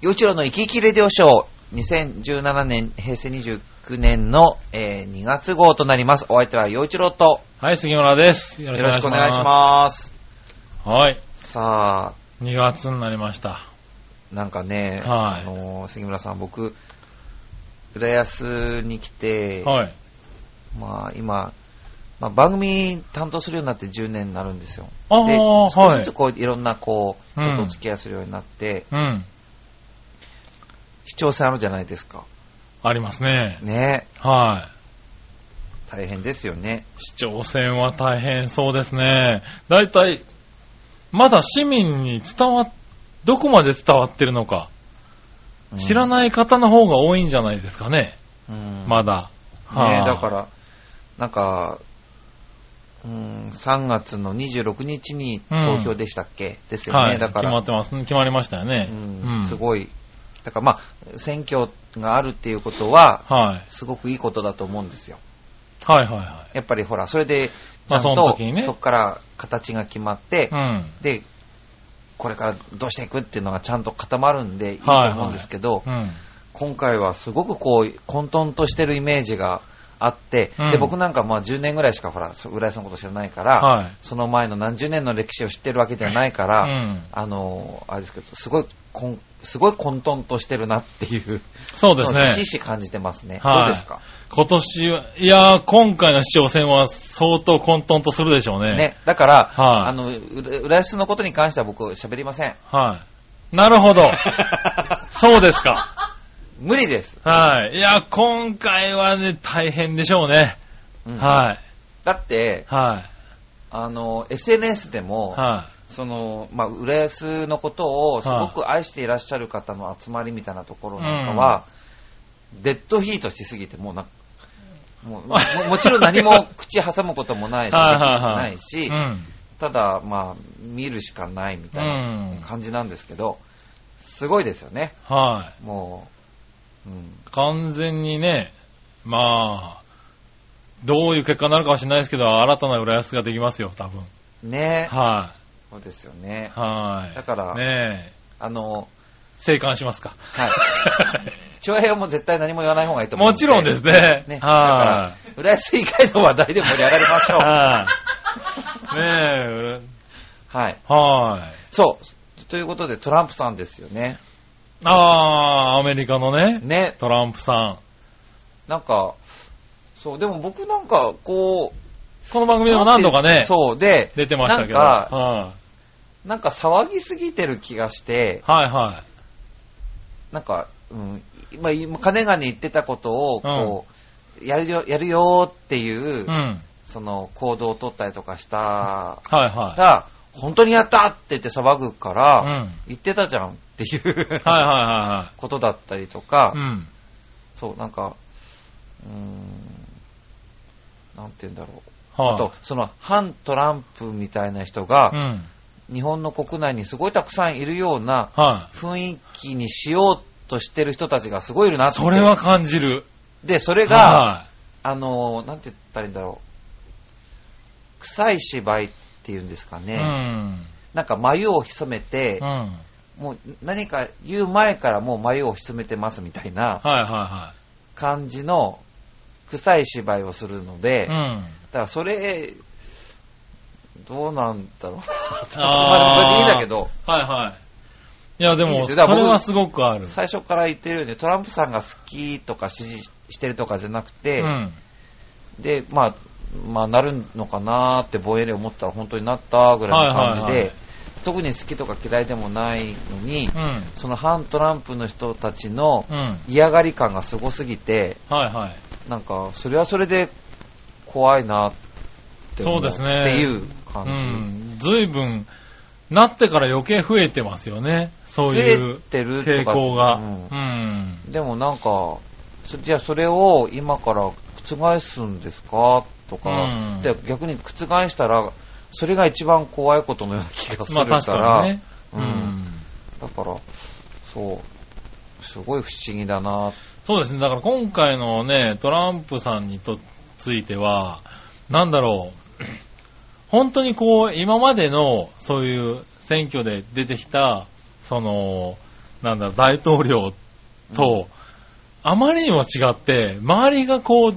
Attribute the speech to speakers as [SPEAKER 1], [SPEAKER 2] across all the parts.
[SPEAKER 1] 洋一郎の生き生きレディオショー、2017年、平成29年の、えー2月号となります。お相手は洋一郎と、
[SPEAKER 2] はい、杉村です。よ
[SPEAKER 1] よ
[SPEAKER 2] ろ
[SPEAKER 1] ろ
[SPEAKER 2] し
[SPEAKER 1] し
[SPEAKER 2] く
[SPEAKER 1] く
[SPEAKER 2] お
[SPEAKER 1] お
[SPEAKER 2] 願
[SPEAKER 1] 願
[SPEAKER 2] い
[SPEAKER 1] い
[SPEAKER 2] し
[SPEAKER 1] し
[SPEAKER 2] ま
[SPEAKER 1] ます。
[SPEAKER 2] す。はい。
[SPEAKER 1] さ
[SPEAKER 2] 2月になりました。
[SPEAKER 1] あ、なんかね、
[SPEAKER 2] は
[SPEAKER 1] あ
[SPEAKER 2] い
[SPEAKER 1] のー杉村さん、僕、浦安に来て、
[SPEAKER 2] はい。
[SPEAKER 1] まあ今、まあ、番組担当するようになって10年になるんですよ。
[SPEAKER 2] ああ
[SPEAKER 1] で、
[SPEAKER 2] ー、
[SPEAKER 1] 少し
[SPEAKER 2] は
[SPEAKER 1] ず
[SPEAKER 2] い
[SPEAKER 1] つ。こう、いろんなこう、
[SPEAKER 2] うん
[SPEAKER 1] 人とお付き合いするようになって、
[SPEAKER 2] うん。
[SPEAKER 1] 視聴性あるじゃないですか。
[SPEAKER 2] ありますね。
[SPEAKER 1] ね
[SPEAKER 2] は
[SPEAKER 1] 大変ですよね。
[SPEAKER 2] い。市長選は大変そうですね。だいたい、まだ市民に伝わっ、どこまで伝わってるのか、知ら
[SPEAKER 1] い。
[SPEAKER 2] ない方の方が多いんじゃないですかね。
[SPEAKER 1] うん
[SPEAKER 2] まだ。
[SPEAKER 1] ね
[SPEAKER 2] は
[SPEAKER 1] え、
[SPEAKER 2] い
[SPEAKER 1] だから、なんか、うん、3月の26日に投票でしたっけ、ですよね、
[SPEAKER 2] はい。
[SPEAKER 1] だ
[SPEAKER 2] 決
[SPEAKER 1] から、
[SPEAKER 2] まってます。決まりましたよね。
[SPEAKER 1] うんす
[SPEAKER 2] い。
[SPEAKER 1] ごい、だからまあ、選挙があるっていうことは、
[SPEAKER 2] はい。
[SPEAKER 1] すごくいいことだと思うんですよ。
[SPEAKER 2] はいはいは
[SPEAKER 1] やっぱりほら、それで、ちゃ
[SPEAKER 2] まあ
[SPEAKER 1] ん
[SPEAKER 2] その
[SPEAKER 1] と、
[SPEAKER 2] 時にね
[SPEAKER 1] そこから形が決まって
[SPEAKER 2] い。う、ん。
[SPEAKER 1] で、これからどうしていくっていうのがちゃんと固まるんで、いいと
[SPEAKER 2] はい
[SPEAKER 1] 思うんですけど、
[SPEAKER 2] うん。
[SPEAKER 1] 今回はすごくこう混沌としてるイメージがあって、
[SPEAKER 2] うん
[SPEAKER 1] で僕なんかまあ10年ぐらいしかほらそう浦安のこと知らないから、
[SPEAKER 2] はい。
[SPEAKER 1] その前の何十年の歴史を知ってるわけではないか
[SPEAKER 2] う
[SPEAKER 1] ら、
[SPEAKER 2] ん。
[SPEAKER 1] あのあれですけどすごいこんすごい混沌としてるなっていう
[SPEAKER 2] そう
[SPEAKER 1] の
[SPEAKER 2] で
[SPEAKER 1] を
[SPEAKER 2] す
[SPEAKER 1] ひ
[SPEAKER 2] ね。
[SPEAKER 1] しひし感じてますね、
[SPEAKER 2] はい
[SPEAKER 1] どうですか、
[SPEAKER 2] 今年は、いやー、今回の市長選は相当混沌とするでしょうね。
[SPEAKER 1] ね、だから、
[SPEAKER 2] はい
[SPEAKER 1] あの浦浦安のことに関しては僕喋りません
[SPEAKER 2] はい。なる ほど。そうですか。
[SPEAKER 1] 無理です、
[SPEAKER 2] はい。いやー、今回はね、大変でしょうね。
[SPEAKER 1] うん
[SPEAKER 2] はい。
[SPEAKER 1] だって
[SPEAKER 2] は
[SPEAKER 1] あの SNS でも、
[SPEAKER 2] い。は
[SPEAKER 1] その、まあ、浦安のことをすごく愛していらっしゃる方の集まりみたいなところなんかは、デッドヒートしすぎて、もうなんかもう ももちろん何も口挟むこともないし、
[SPEAKER 2] はいはいはい
[SPEAKER 1] ない
[SPEAKER 2] い。
[SPEAKER 1] し
[SPEAKER 2] う、ん。
[SPEAKER 1] ただ、まあ、見るしかないみ
[SPEAKER 2] う。
[SPEAKER 1] たいなん感じなんですけど、すごいですよね、
[SPEAKER 2] は
[SPEAKER 1] もう。うん
[SPEAKER 2] い。完全にね、まあ、どういう結果になるかは知らないですけど、新たな浦安ができますよ、多分。
[SPEAKER 1] ね
[SPEAKER 2] は
[SPEAKER 1] そうですよね
[SPEAKER 2] い。。はい。
[SPEAKER 1] だから
[SPEAKER 2] ねえ、
[SPEAKER 1] あの、
[SPEAKER 2] 生還しますか。
[SPEAKER 1] はい。長平はもう絶対何も言わない方がいいと思う
[SPEAKER 2] もちろんです
[SPEAKER 1] ね。
[SPEAKER 2] ね。
[SPEAKER 1] ね。だから
[SPEAKER 2] は、
[SPEAKER 1] 浦安以外の話題で盛り上がりまし
[SPEAKER 2] い。
[SPEAKER 1] ょ う。
[SPEAKER 2] はい。ね
[SPEAKER 1] はい。
[SPEAKER 2] え、はい。
[SPEAKER 1] そう。ということで、トランプさんですよね。
[SPEAKER 2] あー、アメリカのね、
[SPEAKER 1] ね。
[SPEAKER 2] トランプさん。
[SPEAKER 1] なんか、そう、でも僕なんか、こう、
[SPEAKER 2] この番組でも何度かね、
[SPEAKER 1] そう、で、
[SPEAKER 2] 出てましたけど。
[SPEAKER 1] なんか
[SPEAKER 2] は
[SPEAKER 1] なんか騒ぎすぎてる気がして
[SPEAKER 2] い、はいは
[SPEAKER 1] なんか、うん、今、今金がね言ってたことを、こう、やるよ、やるよっていう、
[SPEAKER 2] い。うん。はい
[SPEAKER 1] その、行動を取ったりとかした
[SPEAKER 2] は
[SPEAKER 1] ら、本当にやったって言って騒ぐか
[SPEAKER 2] い。
[SPEAKER 1] ら
[SPEAKER 2] う、ん。はい
[SPEAKER 1] 言ってたじゃんっていう、
[SPEAKER 2] はいは
[SPEAKER 1] ことだったりとか、
[SPEAKER 2] いはい。うん。
[SPEAKER 1] そう、なんか、うーん、なんて言うんだろう。あ
[SPEAKER 2] は
[SPEAKER 1] と
[SPEAKER 2] い。、
[SPEAKER 1] その、反トランプみたいな人
[SPEAKER 2] う
[SPEAKER 1] が、
[SPEAKER 2] ん。
[SPEAKER 1] 日本の国内にすごいたくさんいるような
[SPEAKER 2] は
[SPEAKER 1] 雰囲気にしようとしてる人たちがすごいいるなっ
[SPEAKER 2] い。
[SPEAKER 1] て。
[SPEAKER 2] それは感じる。
[SPEAKER 1] で、それが、
[SPEAKER 2] は
[SPEAKER 1] あのー、なんて言ったらいいんだろう。臭い芝居っていうんですか
[SPEAKER 2] い。
[SPEAKER 1] ね
[SPEAKER 2] う。ん。
[SPEAKER 1] なんか眉を潜めて
[SPEAKER 2] うん。、はい
[SPEAKER 1] もう何か言う前からもう眉を潜めてますみたいな
[SPEAKER 2] はいは
[SPEAKER 1] 感じの臭い芝居をするので、
[SPEAKER 2] い。うん。
[SPEAKER 1] だからそれ、どうなんだろう。
[SPEAKER 2] ー
[SPEAKER 1] まあでもそれでいいんだけど、
[SPEAKER 2] はいはい。いやで
[SPEAKER 1] いいで
[SPEAKER 2] も、
[SPEAKER 1] す
[SPEAKER 2] そ
[SPEAKER 1] よだ
[SPEAKER 2] れ
[SPEAKER 1] から僕
[SPEAKER 2] はすごくある。
[SPEAKER 1] 最初から言ってるように、トランプさんが好きとか支持してるとかじゃなくて、
[SPEAKER 2] うん。
[SPEAKER 1] で、まあ、まあ、なるのかなーってぼんやり思ったら本当になったぐらいの感じで、
[SPEAKER 2] はいはいはい
[SPEAKER 1] 特に好きとか嫌いでもないのに、
[SPEAKER 2] うん。
[SPEAKER 1] その反トランプの人たちの
[SPEAKER 2] うん。
[SPEAKER 1] 嫌がり感がすごすぎて、
[SPEAKER 2] はいはい。
[SPEAKER 1] なんか、それはそれで怖いなって思
[SPEAKER 2] そうですね
[SPEAKER 1] っていう感
[SPEAKER 2] う
[SPEAKER 1] じ。
[SPEAKER 2] ん。ずいぶん、なってから余計増えてますよね。そうい
[SPEAKER 1] 増え
[SPEAKER 2] う
[SPEAKER 1] てる
[SPEAKER 2] 傾
[SPEAKER 1] とか
[SPEAKER 2] 向が。
[SPEAKER 1] う
[SPEAKER 2] うんん。
[SPEAKER 1] でもなんか、そじゃあそれを今から覆すんですかとか、
[SPEAKER 2] うん
[SPEAKER 1] で逆に覆したら、それが一番怖いことのような気がす
[SPEAKER 2] まあ
[SPEAKER 1] るから、
[SPEAKER 2] 確かにね。
[SPEAKER 1] うんだから、そう、すごい不思議だな、
[SPEAKER 2] そうですね。だから今回のね、トランプさんにとついては、なんだろう。 本当にこう、今までの、そういう選挙で出てきた、その、なんだろう、大統領と、あまりにも違って、周りがこう、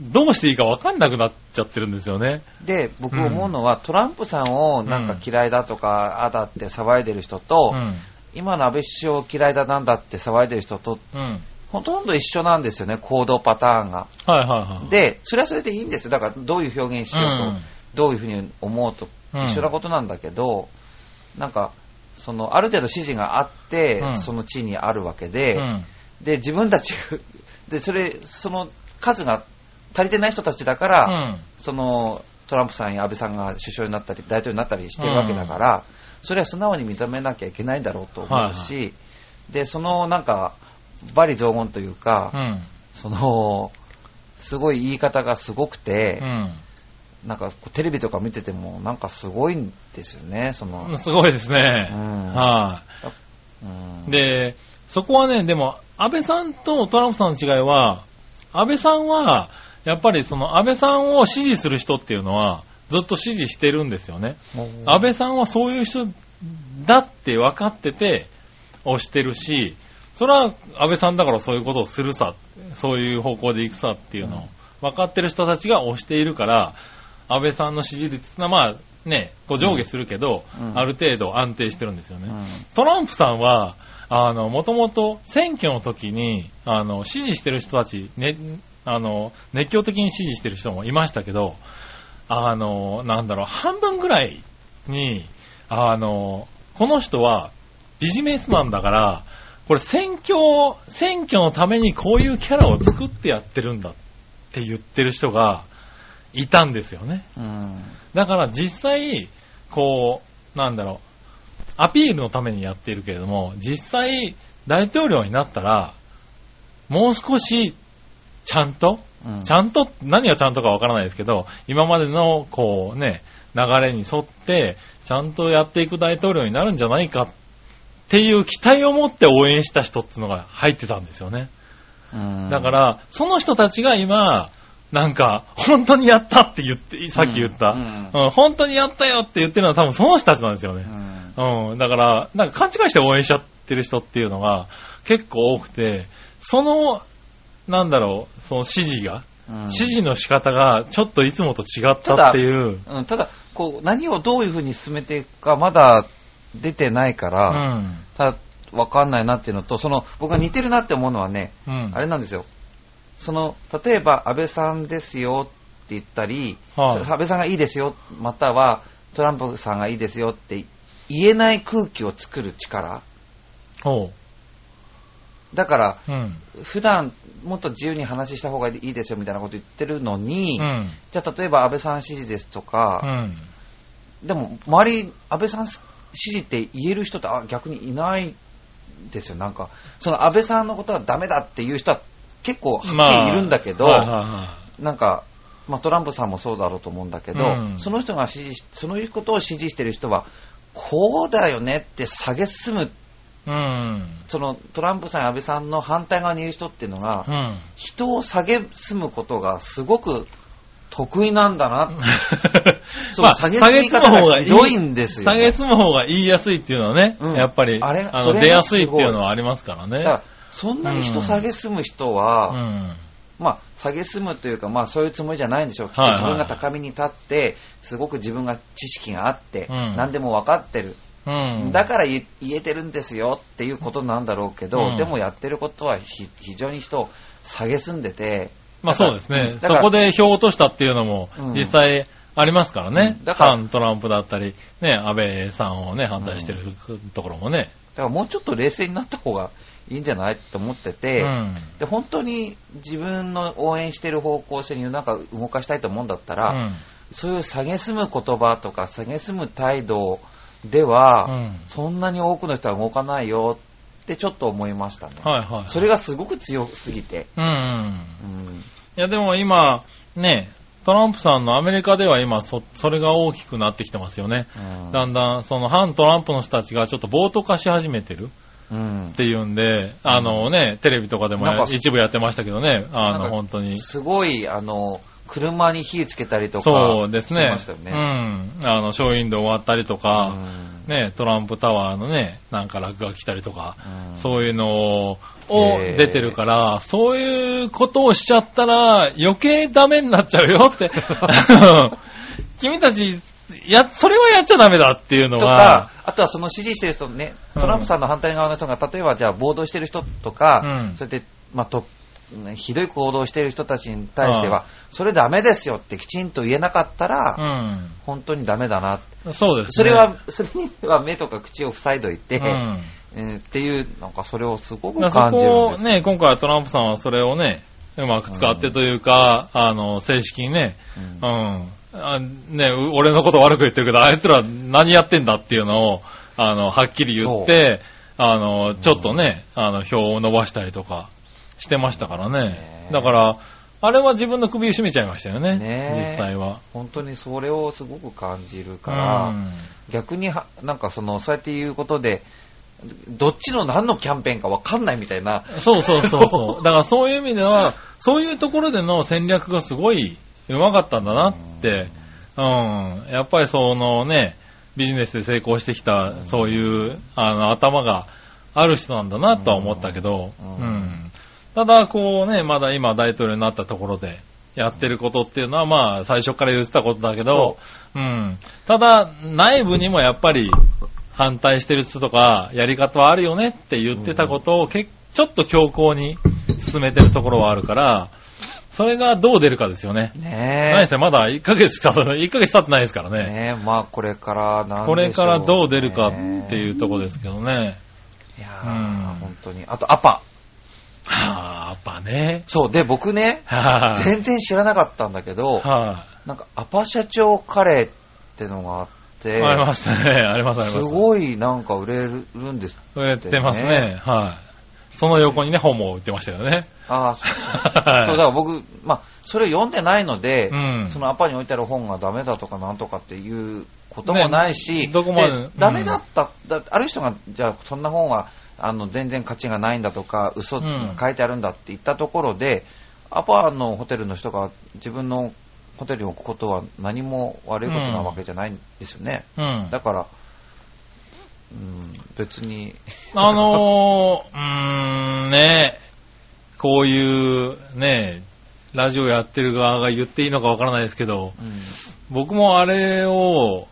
[SPEAKER 2] どうしていいか分かんなくなっちゃってるんですよね。
[SPEAKER 1] で、僕思うのは、トランプさんをなんか嫌いだとか、あだって騒いでる人と、
[SPEAKER 2] うん。
[SPEAKER 1] 今の安倍首相を嫌いだなんだって騒いでる人と、
[SPEAKER 2] うん。
[SPEAKER 1] ほとんど一緒なんですよね、行動パターンが。
[SPEAKER 2] はいはいはい。
[SPEAKER 1] で、それはそれでいいんですよ。だから、どういう表現しようと、
[SPEAKER 2] うん
[SPEAKER 1] どういうふうに思うと、
[SPEAKER 2] うん
[SPEAKER 1] 一緒なことなんだけど、なんか、その、ある程度指示があって、
[SPEAKER 2] うん
[SPEAKER 1] その地位にあるわけで、
[SPEAKER 2] うん。
[SPEAKER 1] で、自分たち が、で、それ、その数が足りてない人たちだから、
[SPEAKER 2] うん
[SPEAKER 1] その、トランプさんや安倍さんが首相になったり、大統領になったりしてるわけだから、それは素直に認めなきゃいけないんだろうと思うし、
[SPEAKER 2] は
[SPEAKER 1] で、その、なんか、罵詈雑言というか、
[SPEAKER 2] うん。
[SPEAKER 1] その、すごい言い方がすごくて
[SPEAKER 2] う、
[SPEAKER 1] なんかこうテレビとか見てても、なんかすごいんですよね、その
[SPEAKER 2] ん。、すごいですね。
[SPEAKER 1] うん
[SPEAKER 2] は
[SPEAKER 1] うん
[SPEAKER 2] い。で、そこはね、でも、安倍さんとトランプさんの違いは、安倍さんは、やっぱりその安倍さんを支持する人っていうのは、ずっと支持してるんですよね。安倍さんはそういう人だって分かってて、押してるし、それは安倍さんだからそういうことをするさ、そういう方向で行くさっていうのを分かってる人たちが押しているから、安倍さんの支持率ってのはまあね、こう上下するけど、
[SPEAKER 1] うん
[SPEAKER 2] ある程度安定してるんですよね。
[SPEAKER 1] うん
[SPEAKER 2] トランプさんは、あの、もともと選挙の時に、あの、支持してる人たち、ね、あの、熱狂的に支持してる人もいましたけど、あの、なんだろう、半分ぐらいに、あの、この人はビジネスマンだから、これ選挙、選挙のためにこういうキャラを作ってやってるんだって言ってる人がいたんですよね。
[SPEAKER 1] うん
[SPEAKER 2] だから実際、こう、なんだろう、アピールのためにやっているけれども、実際、大統領になったら、もう少し、ちゃんと、
[SPEAKER 1] うん
[SPEAKER 2] ちゃんと、何がちゃんとかわからないですけど、今までの、こうね、流れに沿って、ちゃんとやっていく大統領になるんじゃないかっていう期待を持って応援した人っていうのが入ってたんですよね。
[SPEAKER 1] うん
[SPEAKER 2] だから、その人たちが今、なんか、本当にやったって言って、さっき言った、
[SPEAKER 1] うん
[SPEAKER 2] うん本当にやったよって言ってるのは多分その人たちなんですよね
[SPEAKER 1] う。ん
[SPEAKER 2] うん、だから、なんか勘違いして応援しちゃってる人っていうのが結構多くて、その、なんだろう、その指示が、
[SPEAKER 1] うん
[SPEAKER 2] 指示の仕方がちょっといつもと違ったっていう。
[SPEAKER 1] うんただこう、何をどういうふうに進めていくか、まだ出てないか
[SPEAKER 2] う
[SPEAKER 1] ら、
[SPEAKER 2] ん。
[SPEAKER 1] ただわかんないなっていうのと、その僕が似てるなって思うのはね、
[SPEAKER 2] うん。
[SPEAKER 1] あれなんですよ。その、例えば、安倍さんですよって言ったり、
[SPEAKER 2] はい
[SPEAKER 1] 安倍さんがいいですよ、または、トランプさんがいいですよって言えない空気を作る力。
[SPEAKER 2] おう。
[SPEAKER 1] だから、
[SPEAKER 2] うん。
[SPEAKER 1] 普段もっと自由に話した方がいいですよみたいなこと言ってるのに、
[SPEAKER 2] うん。
[SPEAKER 1] じゃあ例えば安倍さん支持ですと
[SPEAKER 2] う
[SPEAKER 1] か、
[SPEAKER 2] ん。
[SPEAKER 1] でも周り安倍さん支持って言える人ってあ逆にいないですよ。なんか、その安倍さんのことはダメだっていう人は結構はっきりいるんだけど、
[SPEAKER 2] はいはいはい
[SPEAKER 1] なんか、まあ、トランプさんもそうだろうと思うんだけど、
[SPEAKER 2] うん
[SPEAKER 1] その人が支持し、そのことを支持してる人は、こうだよねって下げ進む、
[SPEAKER 2] うん。
[SPEAKER 1] そのトランプさん、安倍さんの反対側にいる人っていうのが、
[SPEAKER 2] うん。
[SPEAKER 1] 人を下げ進むことがすごく得意なんだな、 そう下げすみ方がひどいんですよ
[SPEAKER 2] 下げすむ方が言いやすいっていうのはね、
[SPEAKER 1] うん
[SPEAKER 2] やっぱり、
[SPEAKER 1] あ
[SPEAKER 2] あ
[SPEAKER 1] れそ
[SPEAKER 2] の、
[SPEAKER 1] れが
[SPEAKER 2] 出やすいっていうのはありますからね。
[SPEAKER 1] だからそんなに人下げ進む人は、
[SPEAKER 2] うん。
[SPEAKER 1] まあ、下げ済むというか、まあ、そういうつもりじゃないんでしょう。きっと
[SPEAKER 2] はいはい
[SPEAKER 1] 自分が高みに立って、すごく自分が知識があって、
[SPEAKER 2] うん
[SPEAKER 1] 何でも分かってる。
[SPEAKER 2] うん。
[SPEAKER 1] だから言言えてるんですよっていうことなんだろうけど、
[SPEAKER 2] うん
[SPEAKER 1] でもやってることはひ非常に人を下げすんでて、
[SPEAKER 2] まあそうですね。
[SPEAKER 1] だ
[SPEAKER 2] そ
[SPEAKER 1] から
[SPEAKER 2] こで票を落としたっていうのも
[SPEAKER 1] うん、
[SPEAKER 2] 実際ありますからね
[SPEAKER 1] うん。だから
[SPEAKER 2] 反トランプだったり、ね、安倍さんをね、反対してるところもね。
[SPEAKER 1] だからもうちょっと冷静になった方がいいんじゃないと思って
[SPEAKER 2] う
[SPEAKER 1] て、
[SPEAKER 2] ん。
[SPEAKER 1] で本当に自分の応援してる方向性になんか動かしたいと思うんだった
[SPEAKER 2] う
[SPEAKER 1] ら、
[SPEAKER 2] ん。
[SPEAKER 1] そういう下げすむ言葉とか下げすむ態度では、
[SPEAKER 2] うん
[SPEAKER 1] そんなに多くの人は動かないよってちょっと思いましたね。
[SPEAKER 2] はいはい。
[SPEAKER 1] それがすごく強すぎて。
[SPEAKER 2] うんうん。
[SPEAKER 1] うん
[SPEAKER 2] いやでも今、ね、トランプさんのアメリカでは今、そ、それが大きくなってきてますよね。
[SPEAKER 1] うん
[SPEAKER 2] だんだん、その反トランプの人たちがちょっと暴徒化し始めてる
[SPEAKER 1] うん
[SPEAKER 2] っていうんで、あのね、テレビとかでも
[SPEAKER 1] なん
[SPEAKER 2] や
[SPEAKER 1] か
[SPEAKER 2] 一部やってましたけどね、
[SPEAKER 1] なんか
[SPEAKER 2] あの、本当に。
[SPEAKER 1] すごい、あの、車に火つけたりとか、
[SPEAKER 2] そうで
[SPEAKER 1] し
[SPEAKER 2] す
[SPEAKER 1] て
[SPEAKER 2] ね
[SPEAKER 1] まし。た
[SPEAKER 2] う
[SPEAKER 1] よね。
[SPEAKER 2] ん。あの、ショーウィンドウ終わったりと
[SPEAKER 1] う
[SPEAKER 2] か、
[SPEAKER 1] ん
[SPEAKER 2] ね、トランプタワーのね、なんか落書きしたりとか、
[SPEAKER 1] うん
[SPEAKER 2] そういうのをを
[SPEAKER 1] へー
[SPEAKER 2] 出てるから、そういうことをしちゃったら余計ダメになっちゃうよ って。君たち、や、それはやっちゃダメだっていうの
[SPEAKER 1] と
[SPEAKER 2] は
[SPEAKER 1] か、、あとはその支持してる人ね、
[SPEAKER 2] うん
[SPEAKER 1] トランプさんの反対側の人が、例えばじゃあ暴動してる人とか、
[SPEAKER 2] うん
[SPEAKER 1] そうやって、まあとねひどい行動してる人たちに対しては、それダメですよってきちんと言えなかったら、
[SPEAKER 2] う
[SPEAKER 1] 本当にダメだなって
[SPEAKER 2] ん。そうです、ね。
[SPEAKER 1] それは、それには目とか口を塞いどいて、
[SPEAKER 2] うん
[SPEAKER 1] えーっていう、なんかそれをすごく
[SPEAKER 2] だから
[SPEAKER 1] 感
[SPEAKER 2] そ
[SPEAKER 1] じる
[SPEAKER 2] こ
[SPEAKER 1] ん
[SPEAKER 2] を
[SPEAKER 1] ですよ
[SPEAKER 2] ね、今回はトランプさんはそれをね、うまく使ってというか、あの、正式にね、
[SPEAKER 1] うん
[SPEAKER 2] うん。あね、う俺のこと悪く言ってるけど、あいつら何やってんだっていうのを、あの、はっきり言って、あの、ちょっとね、あの、票を伸ばしたりとかしてましたからね
[SPEAKER 1] ね。
[SPEAKER 2] だから、あれは自分の首を絞めちゃいましたよね、
[SPEAKER 1] ね
[SPEAKER 2] 実際は。
[SPEAKER 1] 本当にそれをすごく感じる
[SPEAKER 2] う
[SPEAKER 1] から、
[SPEAKER 2] ん。
[SPEAKER 1] 逆には、なんかその、そうやって言うことで、どっちの何のキャンペーンかわかんないみたいな、
[SPEAKER 2] そうそうそう そう。だからそういう意味では、そういうところでの戦略がすごい上手かったんだなって、うん。やっぱりそのね、ビジネスで成功してきた、そういう、あの、頭がある人なんだなとは思ったけど、う
[SPEAKER 1] うん
[SPEAKER 2] ん。ただ、こうね、まだ今大統領になったところで、やってることっていうのは、まあ、最初から言ってたことだけど、うん。ただ、内部にもやっぱり、反対してる人とか、やり方はあるよねって言ってたことを、けちょっと強硬に進めてるところはあるから、それがどう出るかですよね。
[SPEAKER 1] ね
[SPEAKER 2] 何せまだ1ヶ月しか経たない、1ヶ月 経ってないですから
[SPEAKER 1] え、
[SPEAKER 2] ね。
[SPEAKER 1] ねえまあこれからなんでしょうね
[SPEAKER 2] これからどう出るかっていうところですけどね。
[SPEAKER 1] いや
[SPEAKER 2] うん
[SPEAKER 1] ー、本当に。あと、アパ。
[SPEAKER 2] はぁ、やっぱね。
[SPEAKER 1] そう、で、僕ね、
[SPEAKER 2] はぁ。
[SPEAKER 1] 全然知らなかったんだけど、
[SPEAKER 2] は
[SPEAKER 1] なんか、アパ社長カレーってのがあって、
[SPEAKER 2] ぁ。ありましたね。あります、ありま
[SPEAKER 1] す
[SPEAKER 2] す。
[SPEAKER 1] ごいなんか売れるんです。
[SPEAKER 2] 売れてますね。はい。その横にね、本も売ってましたよね。
[SPEAKER 1] ああ、そう そうだから僕、まあ、それを読んでないので、
[SPEAKER 2] うん
[SPEAKER 1] そのアパに置いてある本がダメだとかなんとかっていうこともないし、
[SPEAKER 2] ねどこまで
[SPEAKER 1] で
[SPEAKER 2] うん
[SPEAKER 1] ダメだった、だある人が、じゃあそんな本はあの全然価値がないんだとか、嘘
[SPEAKER 2] うん
[SPEAKER 1] 書いてあるんだって言ったところで、アパのホテルの人が自分のホテルに置くことは何も悪いことなわけじゃないんですよね。
[SPEAKER 2] うん。
[SPEAKER 1] だから、うん、別に、
[SPEAKER 2] あのー、うーん、ねこういう、ねラジオやってる側が言っていいのかわからないですけど、
[SPEAKER 1] うん
[SPEAKER 2] 僕もあれを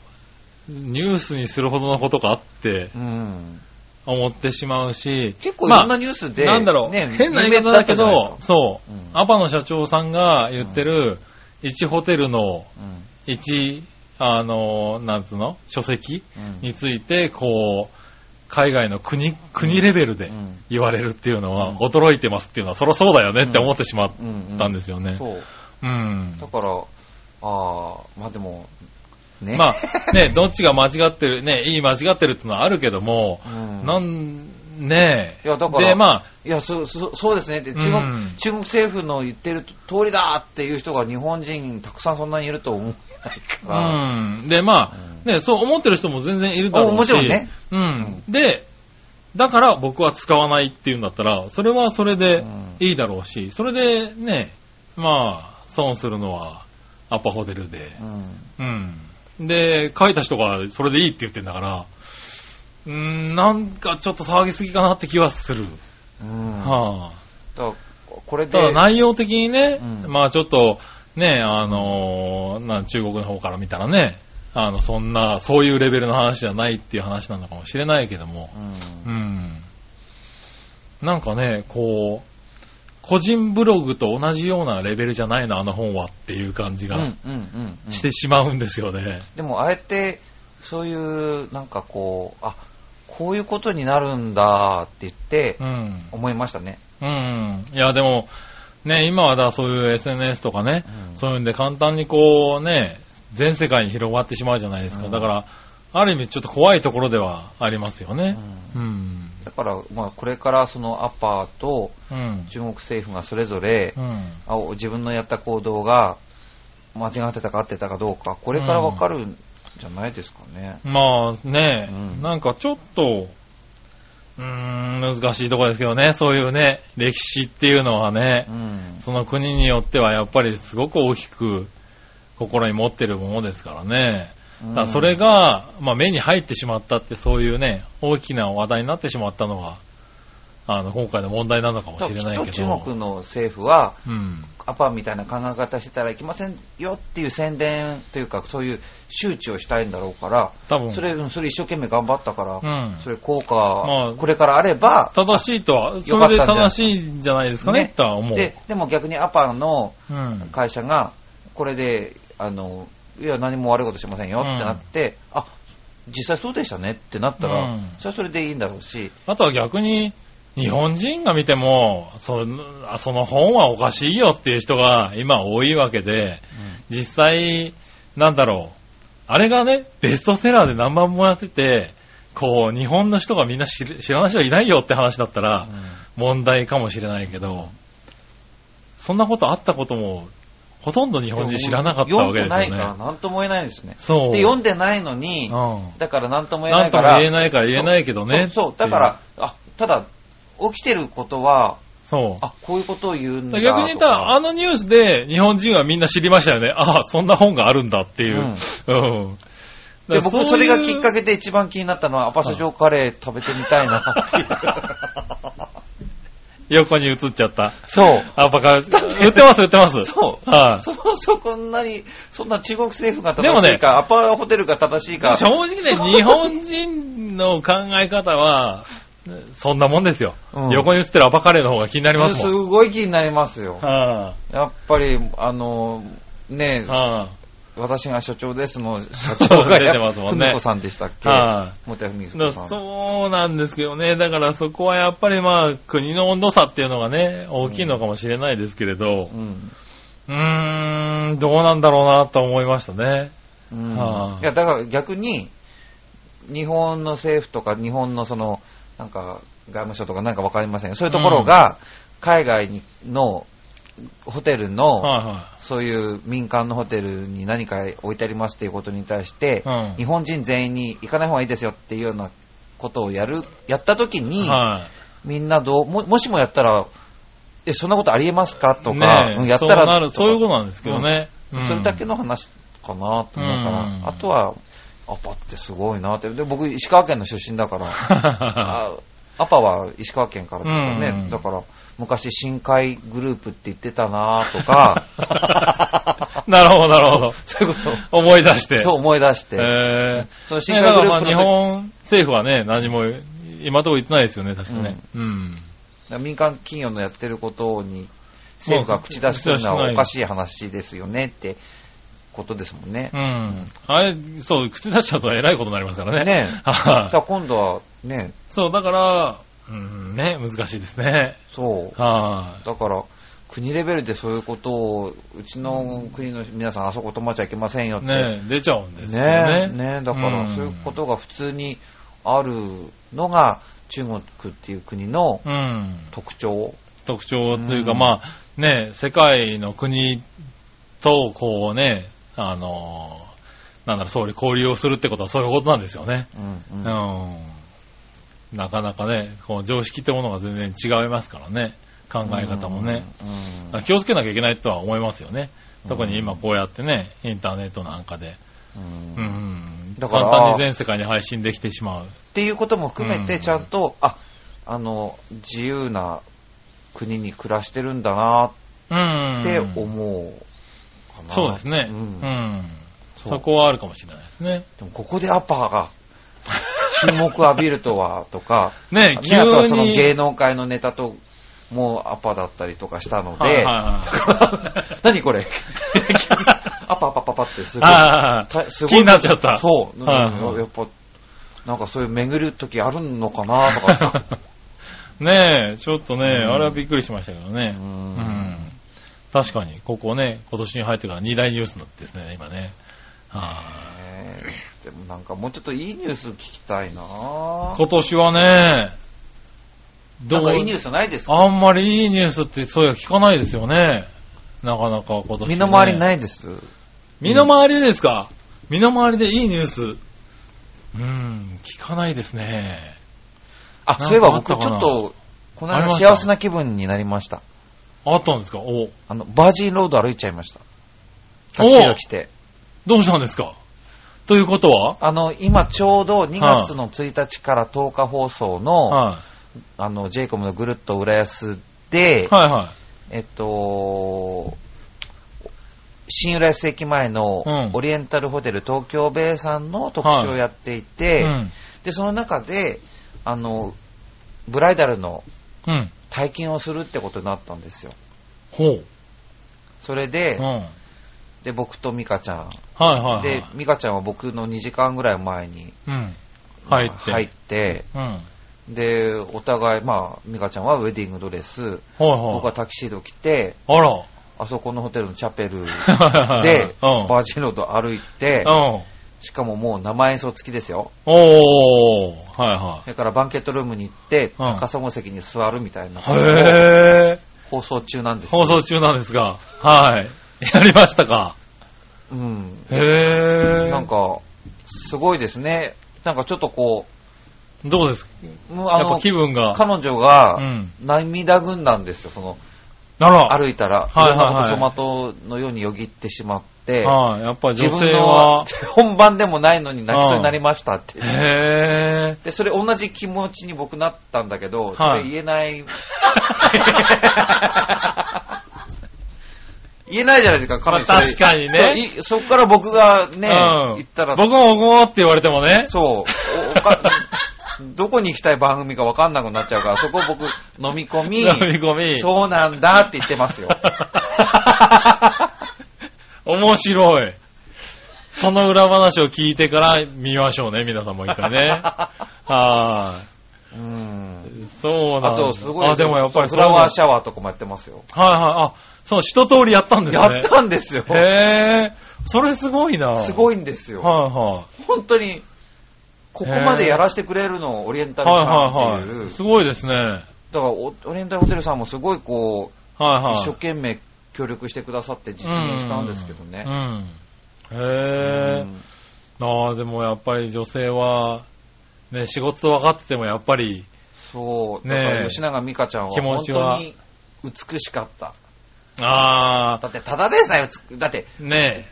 [SPEAKER 2] ニュースにするほどのことかって
[SPEAKER 1] うん
[SPEAKER 2] 思ってしまうし、
[SPEAKER 1] 結構いろん
[SPEAKER 2] ま
[SPEAKER 1] な
[SPEAKER 2] あ
[SPEAKER 1] ニュースで、
[SPEAKER 2] なんだろう、
[SPEAKER 1] ね
[SPEAKER 2] 変な言い方だけ
[SPEAKER 1] 有名だ
[SPEAKER 2] ど
[SPEAKER 1] っ、たじ
[SPEAKER 2] そう、
[SPEAKER 1] うん
[SPEAKER 2] アパの社長さんが言ってる、一ホテル
[SPEAKER 1] ゃ
[SPEAKER 2] の
[SPEAKER 1] ないの
[SPEAKER 2] 一、あのー、なんつうの書籍
[SPEAKER 1] うん
[SPEAKER 2] について、こう、海外の国、国レベルで
[SPEAKER 1] うん
[SPEAKER 2] 言われるっていうのは、
[SPEAKER 1] うん
[SPEAKER 2] 驚いてますっていうのは、そりゃそうだよねって思ってしまっ
[SPEAKER 1] うんうん
[SPEAKER 2] たんですよね。
[SPEAKER 1] そう。
[SPEAKER 2] うん
[SPEAKER 1] だ。から、ああ、まあでも、ね。
[SPEAKER 2] まあ、ね、どっちが間違ってる、ね、いい間違ってるっていうのはあるけども、
[SPEAKER 1] うん
[SPEAKER 2] なん、ね
[SPEAKER 1] いや、だから、
[SPEAKER 2] で、まあ、
[SPEAKER 1] いやそそそうですねって中国、
[SPEAKER 2] うん
[SPEAKER 1] 中国政府の言ってる通りだっていう人が日本人たくさんそんなにいると思えないから、
[SPEAKER 2] うん。で、まあ、ね、そう思ってる人も全然いるだろうし。
[SPEAKER 1] あもちろんね。
[SPEAKER 2] うん。で、だから僕は使わないっていうんだったら、それはそれでいいだろうし、それでね、まあ、損するのはアパホテルで。
[SPEAKER 1] うん
[SPEAKER 2] うん。で、書いた人がそれでいいって言ってんだから、うーん、なんかちょっと騒ぎすぎかなって気はする。
[SPEAKER 1] うん
[SPEAKER 2] はあ。
[SPEAKER 1] だからこれで
[SPEAKER 2] ただ内容的にね、
[SPEAKER 1] うん
[SPEAKER 2] まあちょっと、ね、あのーなん中国の方から見たらね、あの、そんな、そういうレベルの話じゃないっていう話なのかもしれないけども
[SPEAKER 1] う、
[SPEAKER 2] うんん。なんかね、こう、個人ブログと同じようなレベルじゃないな、あの本はっていう感じ
[SPEAKER 1] うんう
[SPEAKER 2] が
[SPEAKER 1] んうんうん
[SPEAKER 2] してしまうんですよね。
[SPEAKER 1] でも、あえて、そういう、なんかこう、あ、こういうことになるんだって言って
[SPEAKER 2] う、ん。
[SPEAKER 1] 思いましたね。
[SPEAKER 2] うん。いや、でも、ね、今はだ、そういう SNS とかね、
[SPEAKER 1] うん
[SPEAKER 2] そういうんで簡単にこうね、全世界に広がってしまうじゃないですか。
[SPEAKER 1] うん
[SPEAKER 2] だから、ある意味ちょっと怖いところではありますよね。うん。
[SPEAKER 1] だから、まあ、これからそのアパーと
[SPEAKER 2] うん。
[SPEAKER 1] 中国政府がそれぞれ
[SPEAKER 2] う、ん。
[SPEAKER 1] あ自分のやった行動が間違ってたか合ってたかどうか、これからわかるんじゃないですかね。
[SPEAKER 2] まあね、
[SPEAKER 1] うん
[SPEAKER 2] なんかちょっと、うーん、難しいところですけどね、そういうね、歴史っていうのはね
[SPEAKER 1] う、ん。
[SPEAKER 2] その国によってはやっぱりすごく大きく心に持ってるものですからね。
[SPEAKER 1] うん
[SPEAKER 2] だからそれが、まあ、目に入ってしまったって、そういうね、大きな話題になってしまったのが、あの、今回の問題なのかもしれないけ
[SPEAKER 1] 一応中
[SPEAKER 2] ど。
[SPEAKER 1] 国の政府は、
[SPEAKER 2] うん。
[SPEAKER 1] アパみたいな考え方してたらいけませんよっていう宣伝というか、そういう周知をしたいんだろうから、
[SPEAKER 2] 多分。
[SPEAKER 1] それ、うんそれ一生懸命頑張ったから、
[SPEAKER 2] うん。
[SPEAKER 1] それ効果、
[SPEAKER 2] まあ
[SPEAKER 1] これからあれば、
[SPEAKER 2] 正しいとは、それで正しいんじゃないですかね、とは思う。
[SPEAKER 1] ででも逆にアパの
[SPEAKER 2] うん。
[SPEAKER 1] 会社が、これで、あの、いや、何も悪いことしませんよってなって、あ実際そうでしたねってなったら、
[SPEAKER 2] うん
[SPEAKER 1] それはそれでいいんだろうし、
[SPEAKER 2] あとは逆に、日本人が見てもそ、あその本はおかしいよっていう人が今多いわけで、実際、なんだろう、あれがね、ベストセラーで何万本やってて、こう、日本の人がみんな知る知らない人いないよって話だったら、問題かもしれないけど、そんなことあったことも、ほとんど日本人知らなかったわけですよ
[SPEAKER 1] 読んでない
[SPEAKER 2] ね。
[SPEAKER 1] から、なんとも言えないですね。
[SPEAKER 2] そう。
[SPEAKER 1] で、読んでないのに、
[SPEAKER 2] うん。
[SPEAKER 1] だからなんとも言えな
[SPEAKER 2] ないんと
[SPEAKER 1] か
[SPEAKER 2] も
[SPEAKER 1] ら、
[SPEAKER 2] 言えないから言えないけどね。
[SPEAKER 1] そうそう、だから、あ、ただ、起きてることは、
[SPEAKER 2] そう。
[SPEAKER 1] あ、こういうことを言うんだとか。
[SPEAKER 2] 逆に言ったら、あのニュースで日本人はみんな知りましたよね。ああ、そんな本があるんだっていう。
[SPEAKER 1] うん
[SPEAKER 2] うん
[SPEAKER 1] で、僕、それがきっか
[SPEAKER 2] け。
[SPEAKER 1] けで一番気になったのは、アパ社長カレー食べてみたいな っていう。
[SPEAKER 2] 横に映っちゃった。
[SPEAKER 1] そう。
[SPEAKER 2] あ、バカ、言ってます、言ってます。
[SPEAKER 1] そう
[SPEAKER 2] は
[SPEAKER 1] そもそもこんなに、そんな中国政府が
[SPEAKER 2] でも
[SPEAKER 1] 正し
[SPEAKER 2] ね
[SPEAKER 1] いか、アパホテルが正しい
[SPEAKER 2] い。
[SPEAKER 1] か。
[SPEAKER 2] 正直ね、日本人の考え方は、そんなもんですよ。
[SPEAKER 1] うん
[SPEAKER 2] 横に映ってるアパカレーの方が気になります
[SPEAKER 1] す
[SPEAKER 2] もん。
[SPEAKER 1] ごい気になりますよ。
[SPEAKER 2] は
[SPEAKER 1] やっぱり、あの、ね
[SPEAKER 2] い。は
[SPEAKER 1] 私が所長ですの社長が、
[SPEAKER 2] 出てますもんね
[SPEAKER 1] ふみこさんでしたっ
[SPEAKER 2] い。
[SPEAKER 1] け
[SPEAKER 2] はい。
[SPEAKER 1] もてふみこ
[SPEAKER 2] だ
[SPEAKER 1] さん。
[SPEAKER 2] そうなんですけどね。だからそこはやっぱりまあ国の温度差っていうのがね、大きいのかもしれないですけれど、
[SPEAKER 1] うん。
[SPEAKER 2] うーん、どうなんだろうなと思いましたね。
[SPEAKER 1] うん
[SPEAKER 2] はい
[SPEAKER 1] いや、だから逆に、日本の政府とか、日本のその、なんか、外務省とかなんかわかりませんよ。そういうところが、海外にの、ホテルの、
[SPEAKER 2] は
[SPEAKER 1] そういう民間のホテルに何か置いてありますっていうことに対して、
[SPEAKER 2] いはい。
[SPEAKER 1] 日
[SPEAKER 2] う
[SPEAKER 1] 本人全員に行かない方がいいですよっていうようなことをやる、やった時に、
[SPEAKER 2] ん。は
[SPEAKER 1] みんなどう、も、もしもやったら、え、そんなことありえますか
[SPEAKER 2] い。
[SPEAKER 1] とか、
[SPEAKER 2] ね
[SPEAKER 1] うんやった
[SPEAKER 2] そうな
[SPEAKER 1] ら
[SPEAKER 2] る、そういうことなんですけどね。うん
[SPEAKER 1] それだけの話かなと思うから、
[SPEAKER 2] うん
[SPEAKER 1] あとは、アパってすごいなって。で、僕、石川県の出身だから、あアパは石川県からですからね。
[SPEAKER 2] うん
[SPEAKER 1] だから、昔、深海グループって言ってたなと か、
[SPEAKER 2] なるほど、なるほど。
[SPEAKER 1] そういうことを
[SPEAKER 2] 思い出して。
[SPEAKER 1] そう思い出して。
[SPEAKER 2] えー
[SPEAKER 1] その深
[SPEAKER 2] ね
[SPEAKER 1] 海
[SPEAKER 2] だ
[SPEAKER 1] グ
[SPEAKER 2] か
[SPEAKER 1] ル
[SPEAKER 2] ら
[SPEAKER 1] ー
[SPEAKER 2] まあ
[SPEAKER 1] プ
[SPEAKER 2] 日
[SPEAKER 1] の時
[SPEAKER 2] 本政府はね、何も今のところ言ってないですよね、確かね。うん
[SPEAKER 1] 民間企業のやってることに政府が口出してるのはおかしい話ですよねってことですもんね。
[SPEAKER 2] うん。あれ、そう、口出しちゃうとえらいことになりますからね。
[SPEAKER 1] ねえだか
[SPEAKER 2] は
[SPEAKER 1] ら今度はね、
[SPEAKER 2] いそう、だから、うん、ね、難しいですね。
[SPEAKER 1] そう。
[SPEAKER 2] は
[SPEAKER 1] だから国レベルでそういうことをうちの国の皆さんあそこ泊まっちゃいけませんよって。
[SPEAKER 2] い。ね出ちゃうんですよ
[SPEAKER 1] ね
[SPEAKER 2] ね。
[SPEAKER 1] えねえだからそういうことが普通にあるのが中国っていう国の
[SPEAKER 2] うん。うん。
[SPEAKER 1] 特徴。
[SPEAKER 2] 特徴というか、
[SPEAKER 1] うん
[SPEAKER 2] まあ、ね世界の国と、こうね、あの、なんだろう、そういう交流をするってことはそういうことなんですよね。
[SPEAKER 1] うん
[SPEAKER 2] う
[SPEAKER 1] うん
[SPEAKER 2] ん。なかなかね、こう常識ってものが全然違いますからね。考え方もね。
[SPEAKER 1] うんうん
[SPEAKER 2] 気をつけなきゃいけないとは思いますよね。特に今こうやってね、インターネットなんかで、
[SPEAKER 1] うん
[SPEAKER 2] うんうん
[SPEAKER 1] だから
[SPEAKER 2] 簡単に全世界に配信できてしまう。
[SPEAKER 1] っていうことも含め
[SPEAKER 2] う
[SPEAKER 1] て
[SPEAKER 2] ん
[SPEAKER 1] ちゃんと、ああの自由な国に暮らしてるんだな
[SPEAKER 2] うん
[SPEAKER 1] って思うかな
[SPEAKER 2] そうですね、う
[SPEAKER 1] うんん
[SPEAKER 2] そ
[SPEAKER 1] そう
[SPEAKER 2] こはあるかもしれないですね。
[SPEAKER 1] でもここでアッパーが注目を浴びるとはとか、
[SPEAKER 2] ね急
[SPEAKER 1] ね、あとはその
[SPEAKER 2] に。
[SPEAKER 1] 芸能界のネタともうアッパーだったりとかしたので、
[SPEAKER 2] はいはいはい
[SPEAKER 1] 何これアッパーアッパーアッパーってすごい
[SPEAKER 2] あ あ
[SPEAKER 1] たすごい
[SPEAKER 2] 気になっちゃった
[SPEAKER 1] そう、うん
[SPEAKER 2] はいはい
[SPEAKER 1] やっぱなんかそういう巡る時あるのかなとか
[SPEAKER 2] ねえ、ちょっとね、
[SPEAKER 1] うん
[SPEAKER 2] あれはびっくりしましたけどね
[SPEAKER 1] う。
[SPEAKER 2] うんん確かに、ここね、今年に入ってから2大ニュースなんですね、今ね。はい
[SPEAKER 1] ねえでもなんかもうちょっといいニュース聞きたいなぁ。
[SPEAKER 2] 今年はね、
[SPEAKER 1] なんかいいニュー
[SPEAKER 2] ス
[SPEAKER 1] スないですか
[SPEAKER 2] あんまりいいニュースってそういう聞かないですよね。なかなか今年、ね。
[SPEAKER 1] 身の回りに
[SPEAKER 2] い
[SPEAKER 1] ないです。
[SPEAKER 2] 身の回りですか身の回りでいいニュース。うん、聞かないですね。
[SPEAKER 1] あ、そういえば僕ち
[SPEAKER 2] なんかあ
[SPEAKER 1] ょ
[SPEAKER 2] ったかな
[SPEAKER 1] っと、この
[SPEAKER 2] あり
[SPEAKER 1] 間
[SPEAKER 2] ました
[SPEAKER 1] 幸せな気分になりました。
[SPEAKER 2] あったんですかお
[SPEAKER 1] あの、バージンロード歩いちゃいました。タクシーが来て。
[SPEAKER 2] どうしたんですかということは
[SPEAKER 1] あの、今ちょうど2月の1日から10日放送の、
[SPEAKER 2] は
[SPEAKER 1] あの、ジェイコムのぐるっと浦安で
[SPEAKER 2] い。、はいは
[SPEAKER 1] えっと、新浦安駅前
[SPEAKER 2] うん
[SPEAKER 1] のオリエンタルホテル東京ベイさんの特集をやってい
[SPEAKER 2] い。
[SPEAKER 1] て、
[SPEAKER 2] うん。
[SPEAKER 1] で、その中で、あの、ブライダルの
[SPEAKER 2] うん。
[SPEAKER 1] 体験をするってことになったんですよ。
[SPEAKER 2] ほう。
[SPEAKER 1] それで、
[SPEAKER 2] うん。はい
[SPEAKER 1] で、僕とミカちゃん。
[SPEAKER 2] はいはい。
[SPEAKER 1] で、ミカちゃんは僕の2時間ぐらい前に
[SPEAKER 2] うん。
[SPEAKER 1] まあ
[SPEAKER 2] 入って。
[SPEAKER 1] 入って
[SPEAKER 2] うん。はい
[SPEAKER 1] で、お互い、まあ、ミカちゃんはウェディングドレス、僕
[SPEAKER 2] は
[SPEAKER 1] はタキシード着て、
[SPEAKER 2] い。あら。
[SPEAKER 1] あそこのホテルのチャペル
[SPEAKER 2] で
[SPEAKER 1] で、
[SPEAKER 2] うん。
[SPEAKER 1] バージンロード歩いて、
[SPEAKER 2] うん。
[SPEAKER 1] しかももう生演奏付きですよ。
[SPEAKER 2] おー。はいは
[SPEAKER 1] それからバンケットルームに行って、
[SPEAKER 2] うん
[SPEAKER 1] 高砂席に座るみたいな、
[SPEAKER 2] い。へー。
[SPEAKER 1] 放送中なんですよ
[SPEAKER 2] 放送中なんですが。はい。やりましたか。
[SPEAKER 1] うん。
[SPEAKER 2] へー。
[SPEAKER 1] なん、か、すごいですね。なんかちょっとこ
[SPEAKER 2] どうです
[SPEAKER 1] う、もうあ
[SPEAKER 2] やっぱ
[SPEAKER 1] の、
[SPEAKER 2] 気分が。
[SPEAKER 1] 彼女
[SPEAKER 2] う
[SPEAKER 1] が
[SPEAKER 2] ん。
[SPEAKER 1] 涙ぐんだんですよ、その、
[SPEAKER 2] なら。
[SPEAKER 1] 歩いたら、
[SPEAKER 2] はいはいはい
[SPEAKER 1] いろんなことソマトのようによぎってしまって、
[SPEAKER 2] はい。やっぱり
[SPEAKER 1] 自
[SPEAKER 2] 女
[SPEAKER 1] 分
[SPEAKER 2] 性
[SPEAKER 1] の
[SPEAKER 2] は。
[SPEAKER 1] 本番でもないのに泣きそうになりましたって。
[SPEAKER 2] へー。
[SPEAKER 1] で、それ同じ気持ちに僕なったんだけど、
[SPEAKER 2] い
[SPEAKER 1] それ言え ない。言えないじゃないですか、彼女
[SPEAKER 2] まあ確かにね。
[SPEAKER 1] いそっから僕が ね、
[SPEAKER 2] うん
[SPEAKER 1] 言ったら、
[SPEAKER 2] 僕もおごーって言われてもね。
[SPEAKER 1] そう、おおかどこに行きたい番組か分かんなくなっちゃうから、そこを僕飲み込み、
[SPEAKER 2] 飲み込み。
[SPEAKER 1] そうなんだって言ってます よ。
[SPEAKER 2] 面白い。その裏話を聞いてから見ましょうね、皆さんもう一回 ね。は
[SPEAKER 1] うん
[SPEAKER 2] い。そう
[SPEAKER 1] あ
[SPEAKER 2] なんだ
[SPEAKER 1] と、すごい
[SPEAKER 2] あ、でもやっぱり
[SPEAKER 1] フラワー
[SPEAKER 2] ャ
[SPEAKER 1] シャワーとかもやってますよ。
[SPEAKER 2] はいはい。あ、そう、一通りやったんですね。
[SPEAKER 1] やったんですよ。
[SPEAKER 2] へぇー。それすごいな。
[SPEAKER 1] す
[SPEAKER 2] い。
[SPEAKER 1] ごいんですよ。
[SPEAKER 2] はいは
[SPEAKER 1] 本当に、ここまでやらせてくれるのをオリエンタ
[SPEAKER 2] い。
[SPEAKER 1] ル
[SPEAKER 2] は
[SPEAKER 1] さんっ
[SPEAKER 2] い
[SPEAKER 1] て
[SPEAKER 2] はいいは
[SPEAKER 1] う。
[SPEAKER 2] い。すごいですね。はい
[SPEAKER 1] だからオ、オリエンタルホテルさんもすごいこう、
[SPEAKER 2] はい。
[SPEAKER 1] 一生懸命協力してくださって実現したんですけどね。
[SPEAKER 2] うん。へぇー。ああ、でもやっぱり女性は、ね、仕事と分かっててもやっぱり、
[SPEAKER 1] そう。だ
[SPEAKER 2] ねえ
[SPEAKER 1] から吉永美香ちゃんは
[SPEAKER 2] 気持
[SPEAKER 1] 本
[SPEAKER 2] ちは
[SPEAKER 1] 当に美しかった。
[SPEAKER 2] あ
[SPEAKER 1] だって、ただでさえ美、だって、
[SPEAKER 2] あ、ね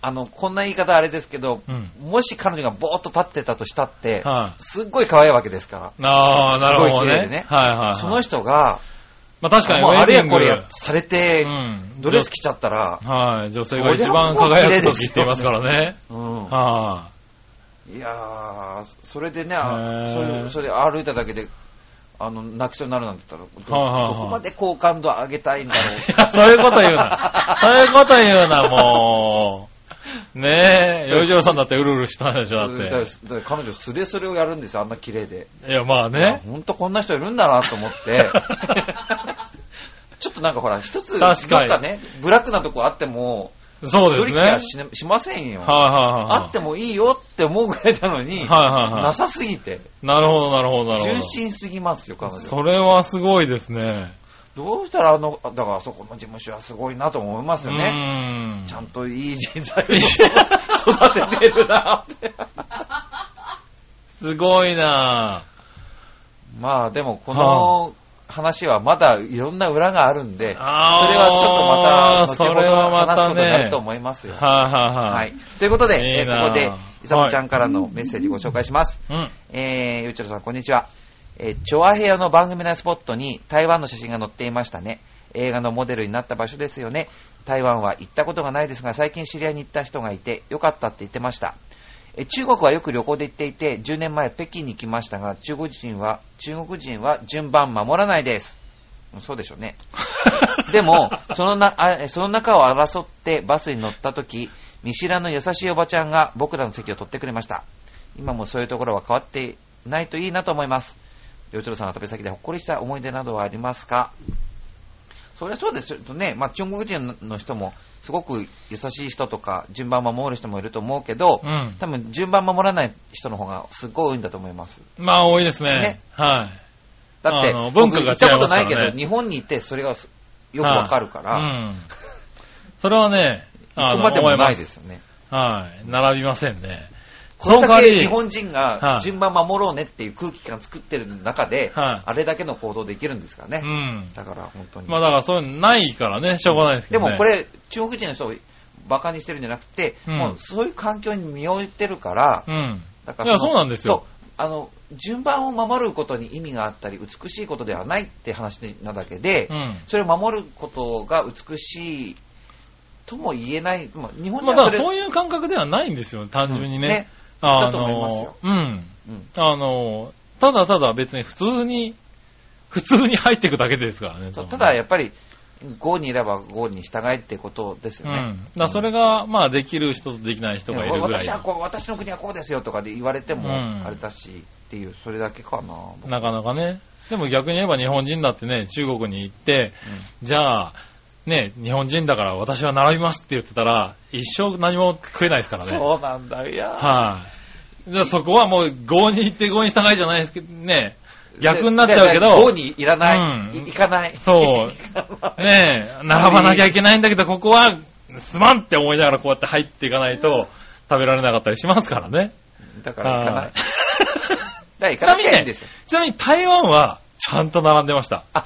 [SPEAKER 1] あの、こんな言い方あれですけど
[SPEAKER 2] え、、うん。
[SPEAKER 1] もし彼女がぼーっと立ってたとしたって、
[SPEAKER 2] はい、
[SPEAKER 1] すっごい可愛いわけですか
[SPEAKER 2] ああ、なるほど
[SPEAKER 1] すごい綺麗
[SPEAKER 2] ね。
[SPEAKER 1] でね
[SPEAKER 2] はいはい、は
[SPEAKER 1] ら。
[SPEAKER 2] い。
[SPEAKER 1] その人が、
[SPEAKER 2] まあ確かに
[SPEAKER 1] もうあれや
[SPEAKER 2] ウェディング
[SPEAKER 1] これやされて、
[SPEAKER 2] うん。
[SPEAKER 1] ドレス着ちゃったら、
[SPEAKER 2] 女はい、女性が一番輝く時って言いますからね。
[SPEAKER 1] うん
[SPEAKER 2] はい
[SPEAKER 1] やー、それでね、あ
[SPEAKER 2] へー
[SPEAKER 1] そういう、それで歩いただけで、あの、泣きそうになるなんて言った
[SPEAKER 2] はいはい
[SPEAKER 1] ら、
[SPEAKER 2] は
[SPEAKER 1] ど
[SPEAKER 2] い
[SPEAKER 1] どこまで好感度上げたいんだろう
[SPEAKER 2] い。 そういうこと言うな。そういうこと言うな、もう。ね え、
[SPEAKER 1] そう
[SPEAKER 2] 洋次郎さんだってうるうるしたんでしょ、だ
[SPEAKER 1] それでだ
[SPEAKER 2] っ
[SPEAKER 1] から彼女素でそれをやるんですよ、あんな綺麗で。
[SPEAKER 2] て。いや、まあね。
[SPEAKER 1] ほんとこんな人いるんだなと思 って、ちょっとなんかほら、一つ、
[SPEAKER 2] 確かに
[SPEAKER 1] なんかね、ブラックなとこあっても、
[SPEAKER 2] そうで
[SPEAKER 1] ド
[SPEAKER 2] す
[SPEAKER 1] リ
[SPEAKER 2] ね。
[SPEAKER 1] ッキー
[SPEAKER 2] はい
[SPEAKER 1] はし,、しませんよ。
[SPEAKER 2] はいはい。
[SPEAKER 1] あってもいいよって思うぐらいなのに、
[SPEAKER 2] はいはいは
[SPEAKER 1] なさすぎて、
[SPEAKER 2] い。なるほど、なるほど、なるほど。
[SPEAKER 1] 純真すぎますよ、彼女。
[SPEAKER 2] それはすごいですね。
[SPEAKER 1] どうしたらあの、だからあそこの事務所はすごいなと思います
[SPEAKER 2] う
[SPEAKER 1] よね。
[SPEAKER 2] ん。
[SPEAKER 1] ちゃんといい人材を育ててるなって。
[SPEAKER 2] すごいな
[SPEAKER 1] まあでもこの話はまだいろんな裏があるんで、それ
[SPEAKER 2] あー
[SPEAKER 1] はちょっとまた後
[SPEAKER 2] それは
[SPEAKER 1] ほど
[SPEAKER 2] ま
[SPEAKER 1] 話す
[SPEAKER 2] た
[SPEAKER 1] こと
[SPEAKER 2] ね
[SPEAKER 1] になると思いますよ。
[SPEAKER 2] は
[SPEAKER 1] はいい。ということで、
[SPEAKER 2] い
[SPEAKER 1] え
[SPEAKER 2] い
[SPEAKER 1] ー
[SPEAKER 2] な
[SPEAKER 1] ここで、いさもちゃんからのメッセージご紹介します。
[SPEAKER 2] はいはい。うん。
[SPEAKER 1] えー、ゆうちょろさん、こんにちは。えー、チョアヘアの番組内スポットに台湾の写真が載っていましたね。映画のモデルになった場所ですよね。台湾は行ったことがないですが、最近知り合いに行った人がいて、よかったって言ってました。えー中国はよく旅行で行っていて、10年前北京に来ましたが、中国人は、中国人は順番守らないです。うんそうでしょうね。 でも、そのな、あえその中を争ってバスに乗った時、見知らぬ優しいおばちゃんが僕らの席を取ってくれました。今もそういうところは変わってないといいなと思います。よちろさんの旅先でほっこりした思い出などはありますかそりゃそうですよね。まあ、中国人の人も、すごく優しい人とか、順番守る人もいると思うけど、
[SPEAKER 2] うん。
[SPEAKER 1] 多分順番守らない人の方がすごい多いんだと思います。
[SPEAKER 2] まあ多いですね。
[SPEAKER 1] ね
[SPEAKER 2] はい。
[SPEAKER 1] だって、
[SPEAKER 2] あの文化
[SPEAKER 1] 僕行
[SPEAKER 2] が違いま
[SPEAKER 1] っ
[SPEAKER 2] す
[SPEAKER 1] た
[SPEAKER 2] からね
[SPEAKER 1] ことないけど、日本に行ってそれがすよくわかるから、
[SPEAKER 2] うん。それはね、あ
[SPEAKER 1] ここ
[SPEAKER 2] の、
[SPEAKER 1] までも
[SPEAKER 2] 思い
[SPEAKER 1] な
[SPEAKER 2] ま
[SPEAKER 1] い
[SPEAKER 2] す
[SPEAKER 1] で。すよね。
[SPEAKER 2] はい。並びませんね。
[SPEAKER 1] これ
[SPEAKER 2] その
[SPEAKER 1] だ
[SPEAKER 2] 代わ
[SPEAKER 1] け
[SPEAKER 2] り
[SPEAKER 1] 日本人
[SPEAKER 2] は
[SPEAKER 1] が
[SPEAKER 2] い
[SPEAKER 1] 順番守ろうねっていう空気感作ってる中で、
[SPEAKER 2] はい
[SPEAKER 1] あれだけの行動できるんですから
[SPEAKER 2] う
[SPEAKER 1] ね。
[SPEAKER 2] ん。
[SPEAKER 1] だから本当に。
[SPEAKER 2] まあだからそういうのないからね、しょうがないですけ
[SPEAKER 1] で
[SPEAKER 2] どね。
[SPEAKER 1] もこれ、中国人の人、バカにしてるんじゃなくて、
[SPEAKER 2] うん
[SPEAKER 1] もうそういう環境に身を置いてるから、
[SPEAKER 2] うん。
[SPEAKER 1] だか
[SPEAKER 2] い
[SPEAKER 1] ら
[SPEAKER 2] や、
[SPEAKER 1] そ
[SPEAKER 2] そう
[SPEAKER 1] の
[SPEAKER 2] なんですよ。
[SPEAKER 1] そうあの順番を守ることに意味があったり美しいことではないって話なだけで、
[SPEAKER 2] うん。
[SPEAKER 1] それを守ることが美しいとも言えない、まあ、日本人
[SPEAKER 2] まあ、だ
[SPEAKER 1] は
[SPEAKER 2] から
[SPEAKER 1] それ、
[SPEAKER 2] そういう感覚ではないんですよ、単純にね。
[SPEAKER 1] うんね
[SPEAKER 2] あ
[SPEAKER 1] だと思いますよ
[SPEAKER 2] の、うん。
[SPEAKER 1] うん
[SPEAKER 2] あの、ただただ別に普通に、普通に入っていくだけですからね。
[SPEAKER 1] そう
[SPEAKER 2] 多
[SPEAKER 1] た
[SPEAKER 2] 分
[SPEAKER 1] だ
[SPEAKER 2] ね
[SPEAKER 1] やっぱり5にいれば5に従えってことですよね。
[SPEAKER 2] うん。だからそれが、まあ、できる人とできない人がいるぐらい
[SPEAKER 1] 私。はこう私の国はこうですよとかで言われても
[SPEAKER 2] うん
[SPEAKER 1] あれだし、っていうそれだけかな、僕
[SPEAKER 2] なかなかね。でも逆に言えば日本人だってね、中国に行って、じゃあ、ね、日本人だから私は並びますって言ってたら、一生何も食えないですからね。はい、
[SPEAKER 1] うなんだいや
[SPEAKER 2] だからそこはもう、合に行って合に従いじゃないですけど、ね、逆になっちゃうけど
[SPEAKER 1] 5にいらない、
[SPEAKER 2] うん
[SPEAKER 1] いいかない
[SPEAKER 2] そう
[SPEAKER 1] 行かない
[SPEAKER 2] ねえ、並ばなきゃいけないんだけど、ここは、すまんって思いながらこうやって入っていかないと、食べられなかったりしますからね。
[SPEAKER 1] だから行かない
[SPEAKER 2] は い。
[SPEAKER 1] だから行かなきゃいいんですよ。
[SPEAKER 2] ちなみに台湾は、ちゃんと並んでました。
[SPEAKER 1] あ、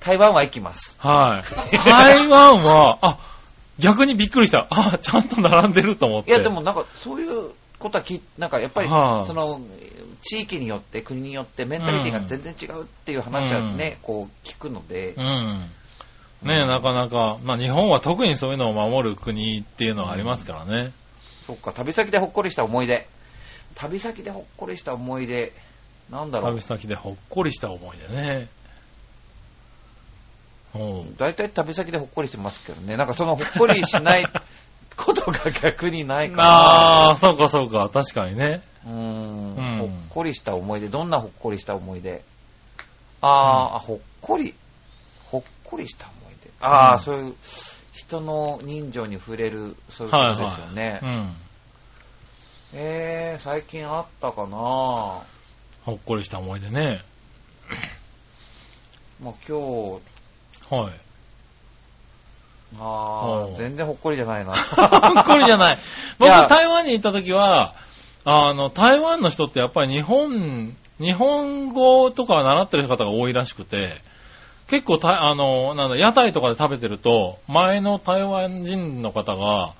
[SPEAKER 1] 台湾は行きます。
[SPEAKER 2] はい。台湾は、あ、逆にびっくりした。あ、ちゃんと並んでると思っ
[SPEAKER 1] い
[SPEAKER 2] て。
[SPEAKER 1] や、でもなんか、そういうことは聞いなんかやっぱり、
[SPEAKER 2] はあ
[SPEAKER 1] その、地域によって、国によって、メンタリティが全然違うっていう話はね、こう聞くので
[SPEAKER 2] う、ん。ねえ、なかなか、まあ日本は特にそういうのを守る国っていうのはありますからね。
[SPEAKER 1] そっか、旅先でほっこりした思い出。旅先でほっこりした思い出、なんだろう
[SPEAKER 2] 旅。先でほっこりした思い出ね。おう
[SPEAKER 1] 大体旅先でほっこりしてますけどね。なんかそのほっこりしない ことが逆にないか
[SPEAKER 2] ああ、そうかそうか、確かにね。
[SPEAKER 1] ら。うーん
[SPEAKER 2] うん
[SPEAKER 1] ほっこりした思い出。どんなほっこりした思い出あー、あ、ほっこり。ほっこりした思い出。ああ、
[SPEAKER 2] うん
[SPEAKER 1] そういう人の人情に触れる、そういうことですよね。
[SPEAKER 2] うん。
[SPEAKER 1] えー、最近あったかな
[SPEAKER 2] ほっこりした思い出ね。
[SPEAKER 1] もう今日、
[SPEAKER 2] はい。
[SPEAKER 1] あ
[SPEAKER 2] おう
[SPEAKER 1] ー、全然ほっこりじゃないな。
[SPEAKER 2] ほっこりじゃない。僕、
[SPEAKER 1] いや
[SPEAKER 2] 台湾に行った時は、あの、台湾の人ってやっぱり日本、日本語とか習ってる方が多いらしくて、結構た、あの、なんだ、屋台とかで食べてると、前の台湾人の方が、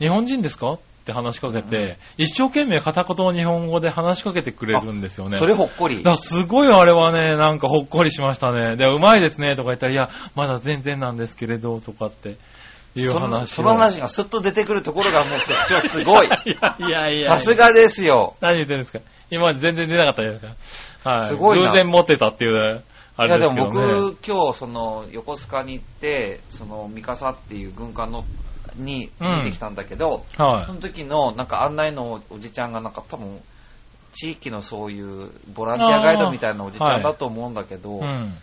[SPEAKER 2] 日本人ですかって話しかけて、一生懸命片言の日本語で話しかけてくれるんですよね。
[SPEAKER 1] それほっこり
[SPEAKER 2] だか。らすごいあれはね、なんかほっこりしましたね。で、うまいですねとか言ったら、いや、まだ全然なんですけれど、とかっていう
[SPEAKER 1] その
[SPEAKER 2] 話
[SPEAKER 1] その話がすっと出てくるところがもう局長すごい。
[SPEAKER 2] いやいやいや。
[SPEAKER 1] さす。がですよ。
[SPEAKER 2] 何言ってるんですか今まで全然出なかったじゃないですか。はい。
[SPEAKER 1] すごいな
[SPEAKER 2] 偶然持ってたっていう、あ
[SPEAKER 1] いや
[SPEAKER 2] れ
[SPEAKER 1] で
[SPEAKER 2] で
[SPEAKER 1] す
[SPEAKER 2] けど
[SPEAKER 1] も
[SPEAKER 2] ね。
[SPEAKER 1] 僕、今日、その、横須賀に行って、その、三笠っていう軍艦の、に、
[SPEAKER 2] うん
[SPEAKER 1] 見てきたんだけど、そ
[SPEAKER 2] は
[SPEAKER 1] の時の、なんか案内のおじちゃんが、なんか多分、地域のそういう、ボランティアガイドみたいなおじちゃんだと思うんだけ
[SPEAKER 2] い。
[SPEAKER 1] ど
[SPEAKER 2] う、ん。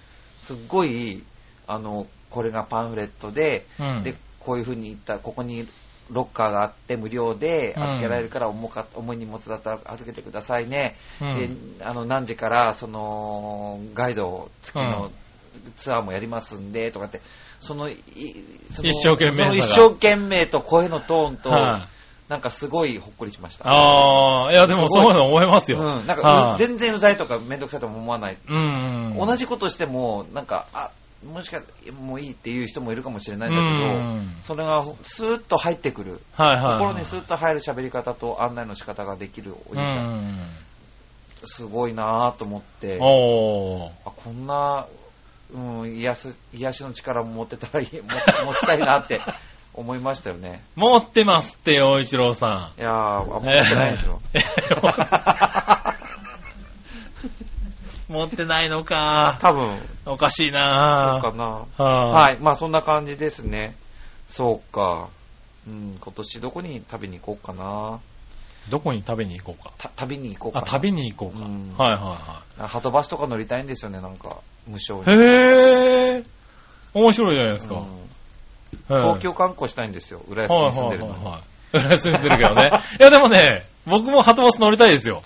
[SPEAKER 1] すっごい、あの、これがパンフレットで、
[SPEAKER 2] うん。
[SPEAKER 1] で、こういう風に言った、ここにロッカーがあって無料で
[SPEAKER 2] うん
[SPEAKER 1] 預けられるから重か、重い荷物だったら預けてくださいね。
[SPEAKER 2] うん。
[SPEAKER 1] で、あの、何時から、その、ガイド付き
[SPEAKER 2] うん
[SPEAKER 1] のツアーもやりますんで、とかって、その、いその
[SPEAKER 2] 一生懸命さ
[SPEAKER 1] そ
[SPEAKER 2] が
[SPEAKER 1] の一生懸命と声のトーンと、
[SPEAKER 2] はい、
[SPEAKER 1] なんかすごいほっこりしました。
[SPEAKER 2] ああ、いやでも
[SPEAKER 1] す
[SPEAKER 2] そ
[SPEAKER 1] ご
[SPEAKER 2] う
[SPEAKER 1] い
[SPEAKER 2] いうの思います
[SPEAKER 1] う
[SPEAKER 2] よ。
[SPEAKER 1] ん、なんか
[SPEAKER 2] は
[SPEAKER 1] う、
[SPEAKER 2] い
[SPEAKER 1] 全然うざいとかめんどくさいとも思わない。
[SPEAKER 2] うん。
[SPEAKER 1] 同じことしても、なんか、あ、もしかもういいっていう人もいるかもしれないんだけど、
[SPEAKER 2] うん
[SPEAKER 1] それがスーッと入ってくる。
[SPEAKER 2] はいはいはい。
[SPEAKER 1] 心にスーッと入る喋り方と案内の仕方ができるおじいちゃん、すごいなぁと思って
[SPEAKER 2] うん。、おー。
[SPEAKER 1] あこんな、うん、癒す癒しの力も持ってたらい い、持ち持ちたいなって思いましたよね。
[SPEAKER 2] 持ってますって、洋一郎さん。
[SPEAKER 1] いやー、あんま持ってないんですよ。
[SPEAKER 2] え ー持ってないのか。
[SPEAKER 1] 多分、
[SPEAKER 2] おかしい
[SPEAKER 1] そう
[SPEAKER 2] な
[SPEAKER 1] かな。
[SPEAKER 2] は。
[SPEAKER 1] はいい、まあそんな感じですね。そうか。うん、今年どこに食べに行こうかな。
[SPEAKER 2] どこに食べに行こうか。
[SPEAKER 1] た旅に行こう
[SPEAKER 2] あ、
[SPEAKER 1] かな。
[SPEAKER 2] 旅に行こうか。
[SPEAKER 1] うん
[SPEAKER 2] はいは
[SPEAKER 1] はとバスとか乗りたいんですよね、なんか、無償
[SPEAKER 2] いは
[SPEAKER 1] に。
[SPEAKER 2] い。へえ。面白いじゃないですか。
[SPEAKER 1] うん
[SPEAKER 2] へえ
[SPEAKER 1] 東京観光したいんですよ、浦安に住んでるの
[SPEAKER 2] はいはい
[SPEAKER 1] に。
[SPEAKER 2] はいはい。浦安に住んでるけ どね。いやでもね、僕もハトバス乗りたいですよ。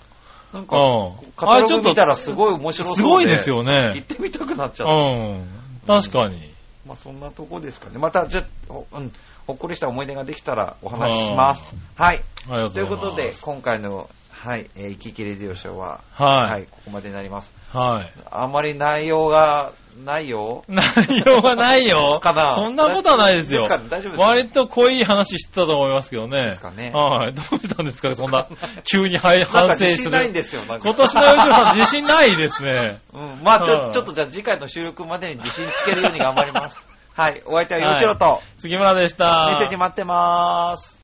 [SPEAKER 1] なん
[SPEAKER 2] う
[SPEAKER 1] か、
[SPEAKER 2] ん。
[SPEAKER 1] カタ
[SPEAKER 2] あれ
[SPEAKER 1] ロ
[SPEAKER 2] ちょっ
[SPEAKER 1] グ
[SPEAKER 2] と
[SPEAKER 1] 見たらすごい面白そうで。
[SPEAKER 2] すごいです。よ
[SPEAKER 1] 行っ
[SPEAKER 2] ね。
[SPEAKER 1] てみたくなっちゃった。
[SPEAKER 2] うん。確かに。
[SPEAKER 1] まあそんなとこですかね。また、じゃあ、ほうんほっこりした思い出ができたらお話しします。はい。
[SPEAKER 2] ありがとうございます。
[SPEAKER 1] ということで、今回の、はい、えー、行き来レディオショーは、
[SPEAKER 2] はい
[SPEAKER 1] ここまでになります。
[SPEAKER 2] はい。
[SPEAKER 1] あんまり内容がないよ。
[SPEAKER 2] 内容はないよ。
[SPEAKER 1] かな
[SPEAKER 2] そんなことはないです
[SPEAKER 1] です
[SPEAKER 2] よ
[SPEAKER 1] か。大丈夫ですか
[SPEAKER 2] 割と濃い話してたと思いますけどね。
[SPEAKER 1] ですかね
[SPEAKER 2] はい。どうしたんですかね、そん な、急にはい
[SPEAKER 1] なんか
[SPEAKER 2] 反省
[SPEAKER 1] 自
[SPEAKER 2] す
[SPEAKER 1] 信
[SPEAKER 2] る。
[SPEAKER 1] ないんですよ、なんか
[SPEAKER 2] 今年の吉野さん、自信ないですね。
[SPEAKER 1] うん、まあち
[SPEAKER 2] う
[SPEAKER 1] ょ、
[SPEAKER 2] ん
[SPEAKER 1] ちょっとじゃあ次回の収録までに自信つけるように頑張ります。はい、お相手はゆうちろと、
[SPEAKER 2] 杉村でした。
[SPEAKER 1] メッセージ待ってまーす。